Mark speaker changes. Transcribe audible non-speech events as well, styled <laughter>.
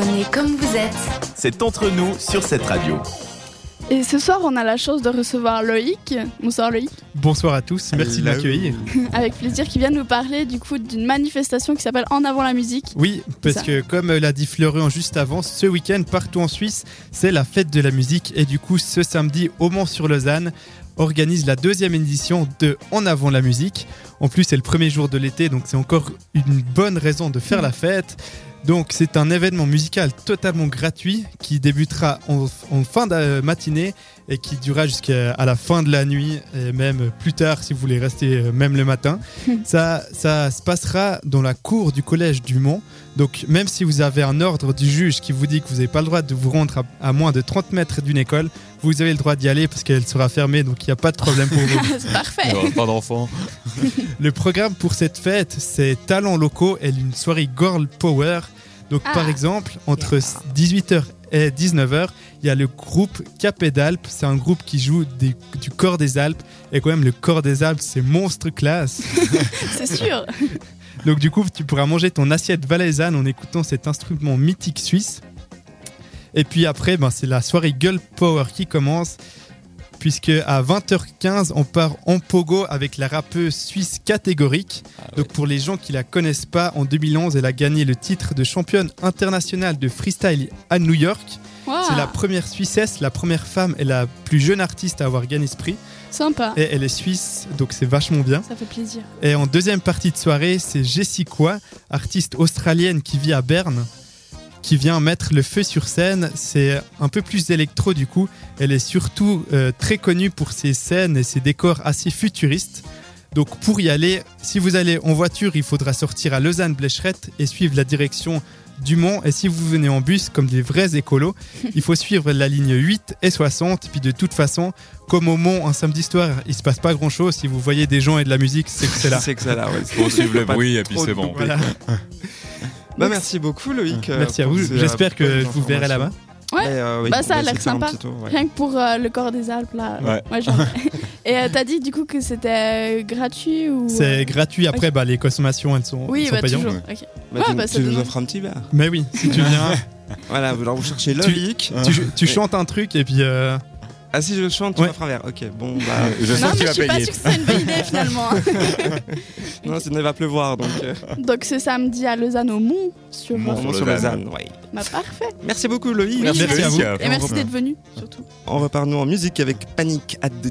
Speaker 1: Soyez comme vous êtes.
Speaker 2: C'est entre nous sur cette radio.
Speaker 3: Et ce soir, on a la chance de recevoir Loïc. Bonsoir Loïc.
Speaker 4: Bonsoir à tous, merci de
Speaker 2: Hello.
Speaker 4: m'accueillir.
Speaker 3: Avec plaisir, qui vient nous parler du coup d'une manifestation qui s'appelle En avant la musique. <laughs>
Speaker 4: Oui,
Speaker 3: Ça.
Speaker 4: parce que comme l'a dit Florian juste avant, ce week-end partout en Suisse, c'est la fête de la musique et du coup ce samedi au Mans-sur-Lausanne organise la deuxième édition de En avant la musique. En plus c'est le premier jour de l'été donc c'est encore une bonne raison de faire la fête. Donc c'est un événement musical totalement gratuit qui débutera en, en fin de matinée et qui durera jusqu'à à la fin de la nuit et même plus tard si vous voulez rester euh, même le matin. ça, ça se passera dans la cour du collège du Mans. Donc même si vous avez un ordre du juge qui vous dit que vous n'avez pas le droit de vous rendre à, à moins de 30 mètres d'une école, vous avez le droit d'y aller parce qu'elle sera fermée, donc il n'y a pas de
Speaker 3: <laughs>
Speaker 4: problème pour vous.
Speaker 3: C'est parfait.
Speaker 2: pas d'enfants.
Speaker 4: Le programme pour cette fête, c'est talents locaux et une soirée girl power. Donc
Speaker 3: Ah.
Speaker 4: par exemple, entre 18h et 19h, il y a le groupe Capé d'Alpes. C'est un groupe qui joue des- du corps des Alpes. Et quand même, le corps des Alpes, c'est monstre classe.
Speaker 3: C'est sûr.
Speaker 4: Donc du coup, tu pourras manger ton assiette valaisanne en écoutant cet instrument mythique suisse. Et puis après, ben, c'est la soirée Girl Power qui commence, puisque à 20h15, on part en pogo avec la rappeuse suisse catégorique. Donc pour les gens qui la connaissent pas, en 2011, elle a gagné le titre de championne internationale de freestyle à New York.
Speaker 3: Wow.
Speaker 4: C'est la première Suissesse, la première femme et la plus jeune artiste à avoir gagné ce prix.
Speaker 3: Sympa.
Speaker 4: Et elle est suisse, donc c'est vachement bien.
Speaker 3: Ça fait plaisir.
Speaker 4: Et en deuxième partie de soirée, c'est Jessie Kwa, artiste australienne qui vit à Berne, qui vient mettre le feu sur scène. C'est un peu plus électro du coup. Elle est surtout euh, très connue pour ses scènes et ses décors assez futuristes. Donc pour y aller, si vous allez en voiture, il faudra sortir à Lausanne-Blécherette et suivre la direction du Mont. Et si vous venez en bus, comme des vrais écolos, il faut suivre la ligne 8 et 60. Puis de toute façon, comme au Mont, un samedi soir, il se passe pas grand chose. Si vous voyez des gens et de la musique, c'est que c'est là.
Speaker 5: <laughs> C'est que ça là, ouais.
Speaker 2: On suivre le
Speaker 5: Pas
Speaker 2: bruit et puis
Speaker 5: trop
Speaker 2: c'est
Speaker 5: de
Speaker 2: bon.
Speaker 5: couper.
Speaker 4: Voilà.
Speaker 5: Bah, merci beaucoup Loïc. euh,
Speaker 4: Merci à
Speaker 5: pour
Speaker 4: vous.
Speaker 5: ces, euh,
Speaker 4: J'espère que
Speaker 5: bonnes
Speaker 4: je vous verrai
Speaker 5: informations.
Speaker 4: là-bas.
Speaker 3: Ouais.
Speaker 5: Et, euh, oui,
Speaker 3: Bah, ça a
Speaker 5: on va
Speaker 3: l'air
Speaker 5: se faire un
Speaker 3: sympa.
Speaker 5: petit tour, ouais.
Speaker 3: Rien que pour euh, le corps des Alpes là. <laughs>
Speaker 2: Ouais.
Speaker 3: j'en- Et euh, t'as dit du coup que c'était euh, gratuit ou
Speaker 4: C'est gratuit. Après, bah, les consommations, elles sont,
Speaker 3: Oui,
Speaker 4: elles sont
Speaker 3: bah
Speaker 4: payantes.
Speaker 3: toujours.
Speaker 2: Ouais.
Speaker 3: Ok.
Speaker 5: Bah,
Speaker 3: Ouais,
Speaker 5: tu
Speaker 3: bah,
Speaker 5: tu
Speaker 3: ça
Speaker 5: nous
Speaker 3: donne-
Speaker 5: offres un petit verre.
Speaker 4: Mais oui, si tu viens,
Speaker 5: Voilà, vous- alors vous cherchez
Speaker 4: Tu-
Speaker 5: Loïc.
Speaker 4: tu, tu chantes un truc et puis. euh,
Speaker 5: Ah si je chante, tu
Speaker 4: Ouais.
Speaker 5: m'offres un verre. Ok, bon
Speaker 2: Ah,
Speaker 4: <laughs>
Speaker 5: bah.
Speaker 2: Je
Speaker 3: Non,
Speaker 2: sens
Speaker 3: mais
Speaker 2: qu'il
Speaker 3: je
Speaker 2: va
Speaker 3: suis pas
Speaker 2: payer.
Speaker 3: sûre que c'est une bonne idée finalement.
Speaker 5: non, sinon il va pleuvoir donc. euh,
Speaker 3: Donc ce samedi à Lausanne au Mont sur
Speaker 2: Mont.
Speaker 3: euh,
Speaker 5: on
Speaker 2: sur
Speaker 5: monte sur
Speaker 2: le
Speaker 5: Lausanne. ouais.
Speaker 3: bah, parfait.
Speaker 5: Merci beaucoup Loïc.
Speaker 3: Oui, Merci à
Speaker 4: vous.
Speaker 3: Et merci d'être venu surtout.
Speaker 5: On repart nous en musique avec Panic at the